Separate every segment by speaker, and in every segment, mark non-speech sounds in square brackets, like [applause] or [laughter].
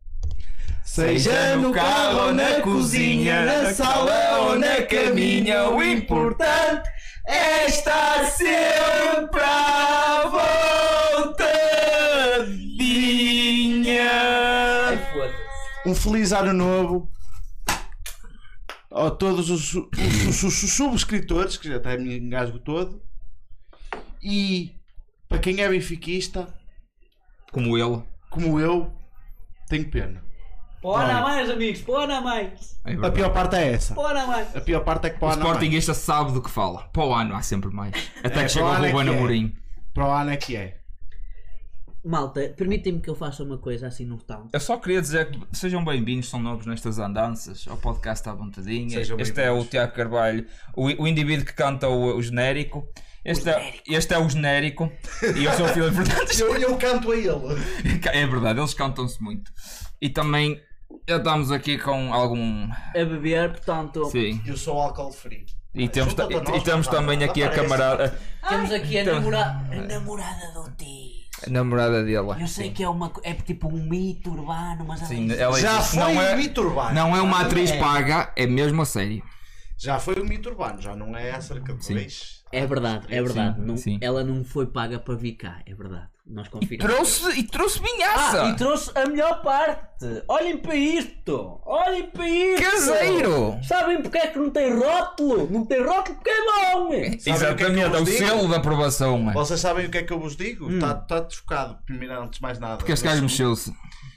Speaker 1: é
Speaker 2: Seja no carro ou na cozinha, na sala ou na caminha, o importante é estar sempre à
Speaker 3: Ai,
Speaker 2: vontadinha.
Speaker 3: foda-se.
Speaker 1: Um feliz ano novo a todos os, su- os- os- os subscritores, que já está me engasgo todo. E para quem é benfiquista,
Speaker 2: Como ele.
Speaker 1: como eu, tenho pena.
Speaker 3: Pôr
Speaker 1: Olha.
Speaker 3: a mais, amigos, pôr a mais.
Speaker 2: É
Speaker 1: A
Speaker 2: verdade.
Speaker 1: pior parte é essa.
Speaker 3: Pôr a mais.
Speaker 1: A pior parte é que para
Speaker 2: O
Speaker 1: o ano há mais.
Speaker 2: Sportingista sabe do que fala. Para o ano há sempre mais. Até
Speaker 1: É,
Speaker 2: que chega o
Speaker 1: para o ano é
Speaker 2: Ruben
Speaker 1: que é.
Speaker 2: Amorim.
Speaker 1: Para o ano é que é.
Speaker 3: Malta, permitem-me que eu faça uma coisa assim no town.
Speaker 2: Eu só queria dizer que sejam bem-vindos, são novos nestas andanças, ao podcast à vontadinha.
Speaker 1: Sejam
Speaker 2: Este é o
Speaker 1: bem-vindos.
Speaker 2: Tiago Carvalho, o, o indivíduo que canta o, o genérico. Este, é, este é o genérico. E eu sou o Filipe
Speaker 1: [laughs]
Speaker 2: Fernandes.
Speaker 1: Eu, eu canto a ele.
Speaker 2: É verdade, eles cantam-se muito. E também já estamos aqui com algum.
Speaker 3: A beber, portanto,
Speaker 2: Sim.
Speaker 1: Eu sou álcool free.
Speaker 2: E temos, ta-
Speaker 1: junta-te a
Speaker 2: e- e
Speaker 1: nós,
Speaker 2: temos
Speaker 1: rapaz,
Speaker 2: também aqui a
Speaker 1: aparece.
Speaker 2: camarada,
Speaker 3: temos aqui a,
Speaker 2: Então-
Speaker 3: namora- a namorada do Tis.
Speaker 2: a namorada dele.
Speaker 3: Eu sei que é uma co- é tipo um mito urbano, mas
Speaker 2: Sim, ela
Speaker 1: Já foi
Speaker 2: não
Speaker 1: um
Speaker 2: é,
Speaker 1: mito urbano.
Speaker 2: não é uma atriz
Speaker 3: É.
Speaker 2: paga, é mesmo a sério.
Speaker 1: Já foi um mito urbano, já não é acerca de
Speaker 2: Sim.
Speaker 1: dois.
Speaker 3: é verdade, é verdade.
Speaker 2: Sim,
Speaker 3: Não-
Speaker 2: sim.
Speaker 3: Ela não foi paga para vir cá, é verdade. Nós confirmamos.
Speaker 2: Trouxe, e trouxe vinhaça!
Speaker 3: Ah, e trouxe a melhor parte. Olhem para isto! Olhem para isto!
Speaker 2: Caseiro!
Speaker 3: Sabem porque é que não tem rótulo? Não tem rótulo porque é bom! é.
Speaker 1: Sabem o que é que
Speaker 2: Exatamente, é
Speaker 1: eu
Speaker 2: o
Speaker 1: vos digo?
Speaker 2: selo da aprovação. mano.
Speaker 1: Vocês sabem o que é que eu vos digo? Está tá desfocado, primeiro, antes de mais nada.
Speaker 2: Porque este gajo mexeu-se.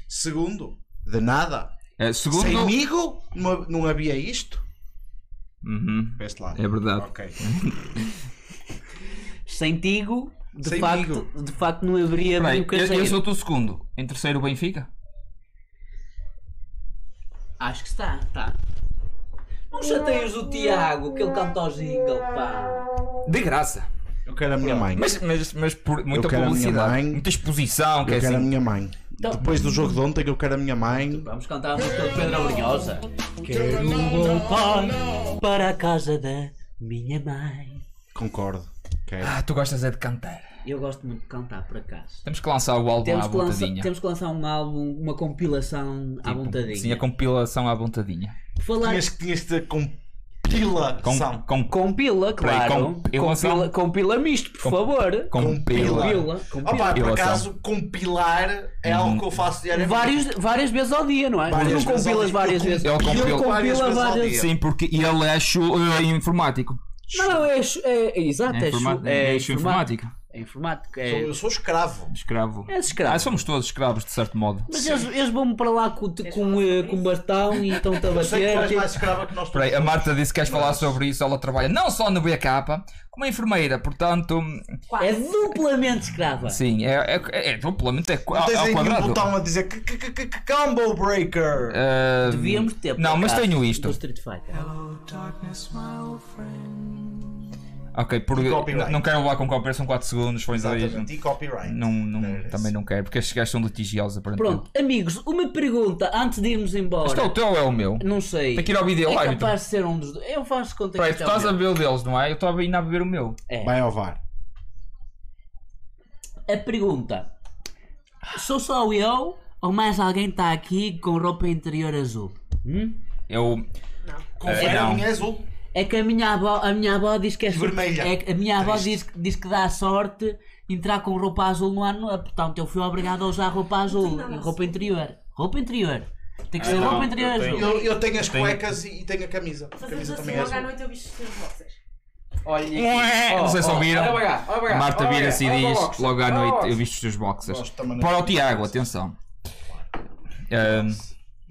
Speaker 1: Segundo, de nada.
Speaker 2: É, segundo.
Speaker 1: Sem amigo, não, não havia isto.
Speaker 2: Uhum,
Speaker 1: Peste lá.
Speaker 2: É verdade.
Speaker 1: Ok.
Speaker 3: Sem Tigo, de,
Speaker 1: Sem
Speaker 3: facto, de facto não haveria
Speaker 2: Bem,
Speaker 3: bem o
Speaker 2: eu,
Speaker 3: caseiro.
Speaker 2: eu sou o segundo. Em terceiro, o Benfica.
Speaker 3: Acho que está, está. Não é chateias o Tiago, que ele canta ao jingle, pá.
Speaker 2: De graça.
Speaker 1: Eu quero a minha mãe.
Speaker 2: Mas, mas, mas por muita
Speaker 1: quero a minha
Speaker 2: publicidade,
Speaker 1: mãe.
Speaker 2: muita exposição. Que é
Speaker 1: Eu quero a
Speaker 2: assim.
Speaker 1: minha mãe.
Speaker 3: Então-
Speaker 1: Depois do jogo de ontem, eu quero a minha mãe.
Speaker 3: Vamos cantar a música de Pedro Abrunhosa. Quero voltar para a casa da minha mãe.
Speaker 1: Concordo. Quero.
Speaker 2: Ah, tu gostas é de cantar.
Speaker 3: Eu gosto muito de cantar, por acaso.
Speaker 2: Temos que lançar o álbum
Speaker 3: Temos
Speaker 2: à
Speaker 3: que, lança-
Speaker 2: vontadinha.
Speaker 3: temos que lançar um álbum, uma compilação à vontadinha.
Speaker 2: Tipo, Sim, é a compilação à vontadinha.
Speaker 3: Falar
Speaker 1: Tinhas que tinhas de compila.
Speaker 2: Com,
Speaker 1: Com...
Speaker 2: com,
Speaker 3: compila,
Speaker 2: Peraí,
Speaker 3: claro.
Speaker 2: compilação?
Speaker 3: compila, compila misto, por favor.
Speaker 2: um- compila.
Speaker 3: Compila, compila.
Speaker 1: Opa, por
Speaker 2: Relação.
Speaker 1: acaso, compilar é
Speaker 2: Hum.
Speaker 1: algo que eu faço diariamente.
Speaker 3: Vários, várias vezes ao dia, não é?
Speaker 1: Várias
Speaker 3: tu não
Speaker 1: vezes ao
Speaker 3: compilas
Speaker 1: dia.
Speaker 3: várias
Speaker 1: Eu
Speaker 3: vezes.
Speaker 2: compilo
Speaker 3: Eu compilo
Speaker 1: várias vezes ao
Speaker 3: várias-
Speaker 1: dia.
Speaker 2: Sim, porque ele é chu- é informático.
Speaker 3: Não, é, chu- é, é exato, é, chu-
Speaker 2: informa-
Speaker 3: é,
Speaker 2: é chu
Speaker 3: informático.
Speaker 2: informático.
Speaker 3: É informático,
Speaker 1: Sou-
Speaker 3: é.
Speaker 1: Eu sou escravo.
Speaker 2: Escravo.
Speaker 3: É escravo.
Speaker 2: Ah, somos todos escravos, de certo modo.
Speaker 3: Mas eles, eles vão para lá com, com, eh, com bastão e estão-te a
Speaker 1: Eu sei que tu
Speaker 3: bater.
Speaker 1: és
Speaker 3: tipo-
Speaker 1: mais escrava que nós
Speaker 2: Espera aí, a Marta disse que queres falar sobre isso. Ela trabalha não só no BK, como enfermeira, portanto,
Speaker 3: É duplamente escrava.
Speaker 2: sim, é, é, é duplamente é, qu-
Speaker 1: Não
Speaker 2: ao,
Speaker 1: tens
Speaker 2: ao
Speaker 1: aí um- nenhum
Speaker 2: quadrado.
Speaker 1: botão a dizer que- que- que- que- que- Combo Breaker.
Speaker 2: Ah,
Speaker 3: Devíamos ter. por
Speaker 2: Não, mas
Speaker 3: acaso,
Speaker 2: tenho isto.
Speaker 3: Do Street Fighter.
Speaker 2: Ok, porque
Speaker 1: Copyright.
Speaker 2: não quero levar com copyright, são 4 segundos, foi aí.
Speaker 1: Um Exatamente. E copyright. É
Speaker 2: Não, não,
Speaker 1: There it is.
Speaker 2: também não quero, porque estes gajos são litigiosos, aparentemente.
Speaker 3: Pronto, amigos, uma pergunta antes de irmos embora.
Speaker 2: Isto é o teu ou é o meu?
Speaker 3: Não sei.
Speaker 2: Tem que ir ao vídeo
Speaker 3: é
Speaker 2: árbitro.
Speaker 3: capaz de ser um dos dois. Eu faço conta
Speaker 2: Espera aí,
Speaker 3: que
Speaker 2: tu
Speaker 3: isto é o
Speaker 2: estás a
Speaker 3: meu.
Speaker 2: beber o deles, não é? Eu estou ainda a beber o meu.
Speaker 3: É.
Speaker 1: Vai ao VAR.
Speaker 3: A pergunta: sou só eu ou mais alguém está aqui com roupa interior azul? Hum?
Speaker 2: Eu.
Speaker 1: Confere
Speaker 2: É,
Speaker 1: a
Speaker 2: não.
Speaker 1: minha azul.
Speaker 3: É que a minha avó, a minha avó diz que é sorte-
Speaker 1: Vermelha.
Speaker 3: É que a minha avó
Speaker 1: Triste.
Speaker 3: diz, diz que dá sorte entrar com roupa azul no ano, eh, portanto eu fui obrigado a usar roupa azul, roupa interior. Roupa interior. Tem que ser
Speaker 2: não,
Speaker 3: roupa interior
Speaker 2: eu tenho-
Speaker 3: azul.
Speaker 1: Eu, eu tenho as
Speaker 2: Tenho-
Speaker 1: cuecas e, e tenho a camisa. A
Speaker 4: Fazemos
Speaker 1: camisa
Speaker 4: assim
Speaker 1: também é
Speaker 4: logo à
Speaker 1: azul.
Speaker 4: noite eu visto os teus boxers.
Speaker 2: Ué, não sei se ouviram. A Marta vira-se e diz logo à noite: Eu visto os teus
Speaker 1: Nós
Speaker 2: boxers.
Speaker 1: também não-
Speaker 2: Para o Tiago, atenção.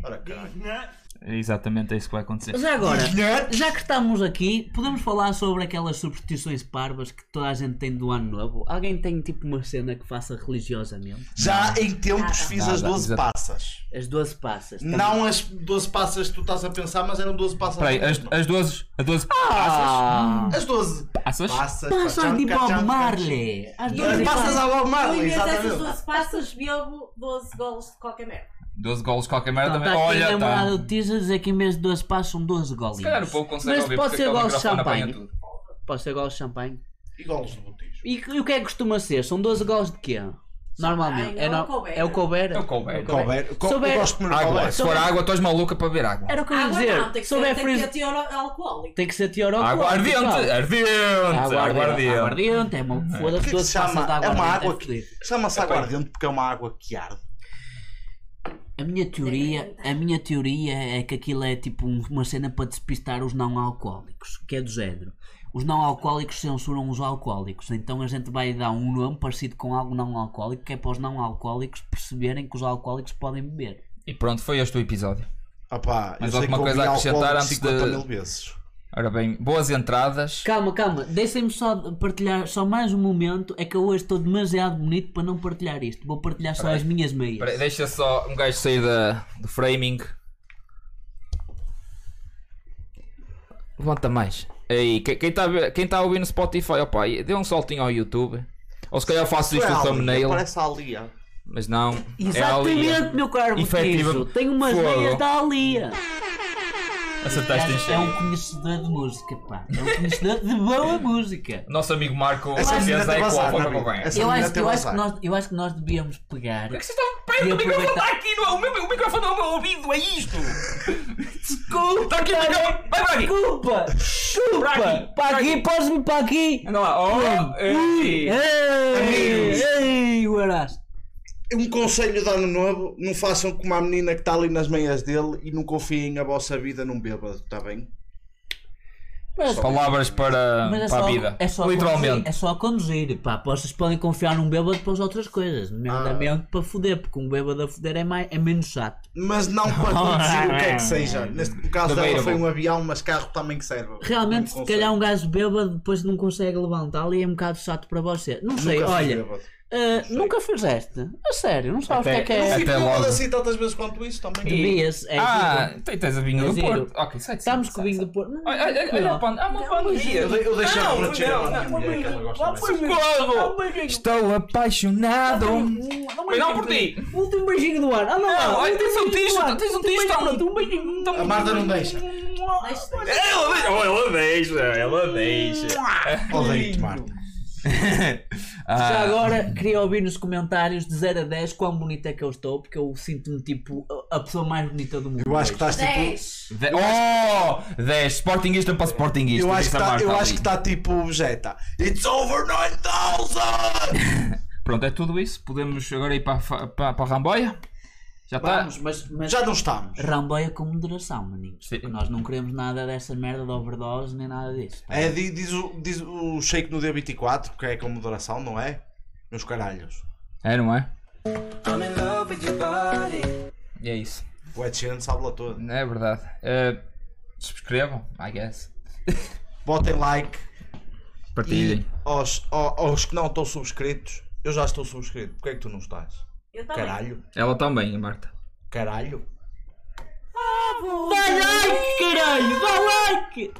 Speaker 1: Ora, caralho.
Speaker 2: Ah, exatamente, é isso que vai acontecer.
Speaker 3: Já agora,
Speaker 1: Dinheiro?
Speaker 3: já que estamos aqui, podemos falar sobre aquelas superstições parvas que toda a gente tem do ano novo? Alguém tem tipo uma cena que faça religiosamente?
Speaker 1: Já em tempos fiz
Speaker 2: Nada,
Speaker 1: as 12
Speaker 2: exato.
Speaker 1: passas.
Speaker 3: As 12 passas. Também-
Speaker 1: Não as 12 passas que tu estás a pensar, mas eram 12 passas.
Speaker 2: Espera aí, as, as 12. As 12.
Speaker 3: Ah,
Speaker 1: As 12
Speaker 2: Passas?
Speaker 1: passas.
Speaker 3: passas de
Speaker 1: pá, já- já-
Speaker 3: Bob
Speaker 1: já-
Speaker 3: Marley. As
Speaker 1: tipo As
Speaker 3: 12
Speaker 1: passas
Speaker 3: passas.
Speaker 1: a Bob
Speaker 4: Eu
Speaker 1: Marley,
Speaker 4: invento essas
Speaker 1: exatamente.
Speaker 4: 12 passas, bebo 12 golos de qualquer merda.
Speaker 2: 12 golos de qualquer merda.
Speaker 3: Está
Speaker 2: também.
Speaker 3: aqui a
Speaker 2: Olha, tá.
Speaker 3: namorada do Tisa a dizer que em vez de 12 passos são 12 golinhos.
Speaker 2: Se calhar o povo consegue
Speaker 3: Mas
Speaker 2: ouvir
Speaker 3: pode
Speaker 2: porque
Speaker 3: ser
Speaker 2: aquele
Speaker 3: igual de
Speaker 2: microfone apanha
Speaker 3: champanhe.
Speaker 2: tudo.
Speaker 3: Pode ser golos de champanhe.
Speaker 1: E golos de botijo.
Speaker 3: E, e o que é que costuma ser? São 12 golos de quê? Normalmente.
Speaker 4: Ai,
Speaker 3: é,
Speaker 4: não,
Speaker 3: no-
Speaker 4: Colbert.
Speaker 3: é o Colbert.
Speaker 2: É o Colbert.
Speaker 1: Couber. Co-
Speaker 3: Souber-
Speaker 1: Eu gosto de comer
Speaker 2: Água.
Speaker 1: couber.
Speaker 2: Se for
Speaker 3: Sobre-
Speaker 2: água, estás maluca para beber água.
Speaker 3: Era o que eu ia
Speaker 4: Água
Speaker 3: dizer.
Speaker 4: Ah, não, tem que
Speaker 3: Souber
Speaker 4: ser, tem que
Speaker 3: fris-
Speaker 4: ser teor alcoólico.
Speaker 3: Tem que ser teor ao
Speaker 2: Água
Speaker 3: copo,
Speaker 2: ardente,
Speaker 3: pessoal.
Speaker 2: ardente, água
Speaker 3: Água
Speaker 2: ardente.
Speaker 3: ardente. É uma
Speaker 1: Por
Speaker 3: foda-se
Speaker 1: que que
Speaker 3: todas
Speaker 1: se
Speaker 3: faças
Speaker 1: chama?
Speaker 3: de água
Speaker 1: É uma
Speaker 3: ardente,
Speaker 1: água
Speaker 3: é
Speaker 1: que
Speaker 3: fodido.
Speaker 1: chama-se
Speaker 2: Epá.
Speaker 1: água ardente porque é uma água que arde.
Speaker 3: A minha teoria, a minha teoria é que aquilo é tipo um- uma cena para despistar os não alcoólicos, que é do género. Os não alcoólicos censuram os alcoólicos, então a gente vai dar um nome parecido com algo não alcoólico, que é para os não alcoólicos perceberem que os alcoólicos podem beber.
Speaker 2: E pronto, foi este o episódio.
Speaker 1: Opá,
Speaker 2: Mas
Speaker 1: eu sei que
Speaker 2: alguma
Speaker 1: comi
Speaker 2: coisa a acrescentar
Speaker 1: alcoólico
Speaker 2: antes de-
Speaker 1: 50 mil vezes.
Speaker 2: Ora bem, boas entradas.
Speaker 3: Calma, calma, deixem-me só partilhar só mais um momento, é que eu hoje estou demasiado bonito para não partilhar isto. Vou partilhar só as minhas meias.
Speaker 2: Espera aí, Deixa só um gajo sair da, do framing. Levanta mais. Aí, que- quem está a, ver- quem tá a ouvir no Spotify, opa, dê um saltinho ao YouTube. Ou se calhar eu faço isto
Speaker 1: É
Speaker 2: no
Speaker 1: ali,
Speaker 2: thumbnail,
Speaker 1: Parece ali. ó.
Speaker 2: mas não. É
Speaker 3: Exatamente,
Speaker 2: ali.
Speaker 3: meu caro
Speaker 2: Efetiva-
Speaker 3: Botijo. Tenho umas
Speaker 2: Fogo.
Speaker 3: meias da Alia.
Speaker 2: Acertaste em
Speaker 3: É
Speaker 2: cheio.
Speaker 3: um conhecedor de música, pá. É um conhecedor de boa música.
Speaker 2: Nosso amigo Marco
Speaker 1: Essa
Speaker 2: Essa
Speaker 1: menina
Speaker 2: é
Speaker 1: tem
Speaker 2: qual?
Speaker 1: azar,
Speaker 2: Foi
Speaker 1: não é?
Speaker 2: para bem.
Speaker 1: Essa-
Speaker 3: Eu
Speaker 1: menina
Speaker 3: acho,
Speaker 1: tem
Speaker 3: eu, acho
Speaker 1: azar.
Speaker 3: que nós, eu acho que nós devíamos pegar.
Speaker 2: Vocês estão perto
Speaker 3: E
Speaker 2: do microfone,
Speaker 3: aproveitar-
Speaker 2: está aqui, não é? o, meu, o microfone é o meu ouvido, é isto!
Speaker 3: [laughs] Desculpa!
Speaker 2: Está aqui o microfone! Vai, vai! aqui.
Speaker 3: Desculpa!
Speaker 2: Para
Speaker 3: Desculpa!
Speaker 2: aqui, para
Speaker 3: Para aqui, pôs-me para aqui!
Speaker 2: Anda lá, oh! ei.
Speaker 3: Ei!
Speaker 1: Amigos.
Speaker 3: Ei! Guarás!
Speaker 1: Um conselho de ano novo: não façam como a menina que está ali nas meias dele e não confiem a vossa vida num bêbado, está bem?
Speaker 3: Mas,
Speaker 2: Palavras para,
Speaker 3: mas
Speaker 2: para
Speaker 3: é só,
Speaker 2: a um vida.
Speaker 3: é só
Speaker 2: Literalmente.
Speaker 3: Conduzir, é só conduzir, pá. Vocês podem confiar num bêbado para as outras coisas, nomeadamente para foder, porque um bêbado a foder é, mais, é menos chato.
Speaker 1: Mas não para conduzir o que é que seja. Neste caso dela
Speaker 2: Debatable.
Speaker 1: foi um avião, mas carro também que serve.
Speaker 3: Realmente, se
Speaker 1: Não
Speaker 3: calhar um gajo bêbado depois não consegue levantá-lo e é um bocado chato para você. Não
Speaker 1: consegue.
Speaker 3: sei,
Speaker 1: Nunca fui
Speaker 3: olha.
Speaker 1: bêbado.
Speaker 3: Uh, nunca fizeste? A sério, não sabes o que é que
Speaker 1: Não
Speaker 3: é?
Speaker 2: Até
Speaker 1: fui bêbado
Speaker 2: logo.
Speaker 1: assim tantas vezes quanto isso também.
Speaker 3: Devias, é
Speaker 2: Ah,
Speaker 3: giro.
Speaker 2: tu tens a vinha
Speaker 3: É
Speaker 2: do
Speaker 3: giro.
Speaker 2: Porto. Ok, sai de
Speaker 3: Estamos com o vinho
Speaker 2: do
Speaker 3: do Porto. Não,
Speaker 2: Olha, olha, olha, a pan- há uma pandemia.
Speaker 1: Eu, de- eu deixei
Speaker 2: Não,
Speaker 1: a Bruna chegar
Speaker 2: não,
Speaker 1: lá,
Speaker 2: não,
Speaker 1: mulher, que ela gosta mais.
Speaker 2: Socorro! Estou apaixonado! Mas não por ti!
Speaker 3: Último beijinho do ar. Ah, não,
Speaker 2: Não,
Speaker 3: não,
Speaker 2: olha,
Speaker 3: último
Speaker 2: tens um
Speaker 3: beijinho do
Speaker 2: tisto,
Speaker 3: ar.
Speaker 2: tens um
Speaker 3: Último
Speaker 2: tisto.
Speaker 3: beijinho, pronto, Um beijinho.
Speaker 1: A Marta não deixa.
Speaker 4: Deixa-
Speaker 1: tipo,
Speaker 2: Ela deixa, ela deixa, ela deixa.
Speaker 1: Odeio-te, Marta.
Speaker 3: Já
Speaker 2: [laughs] Ah,
Speaker 3: agora queria ouvir nos comentários de 0 a 10 quão bonita é que eu estou, porque eu sinto-me tipo a a pessoa mais bonita do mundo.
Speaker 1: Eu acho que estás tipo.
Speaker 4: Dez.
Speaker 2: de- oh! 10, Sportingista para Sportingista.
Speaker 1: Eu acho que
Speaker 2: Essa
Speaker 1: tá-
Speaker 2: marca
Speaker 1: eu
Speaker 2: ali.
Speaker 1: acho que está tipo Jetta. It's over 9000!
Speaker 2: Pronto, é tudo isso. Podemos agora ir para, a fa- para, para a Ramboia? Já tá? está?
Speaker 3: Vamos, mas, mas
Speaker 1: Já não estamos.
Speaker 3: ramboia com moderação, meninos.
Speaker 2: Sim.
Speaker 3: porque Nós não queremos nada dessa merda de overdose nem nada disso.
Speaker 1: É, di- diz, o, diz o shake no dia 24, que é com moderação, não é? Meus caralhos.
Speaker 2: É, não é? E é isso.
Speaker 1: O Ed Sheeran sabe lá todo.
Speaker 2: É verdade. Eh, subscrevam, I guess.
Speaker 1: Botem like e
Speaker 2: Partilhem.
Speaker 1: aos, ao- aos que não estão subscritos, eu já estou subscrito. Porquê é que tu não estás?
Speaker 4: Eu também.
Speaker 1: Caralho.
Speaker 2: Ela também, a Marta.
Speaker 1: Caralho.
Speaker 3: Dá like, caralho! Dá like!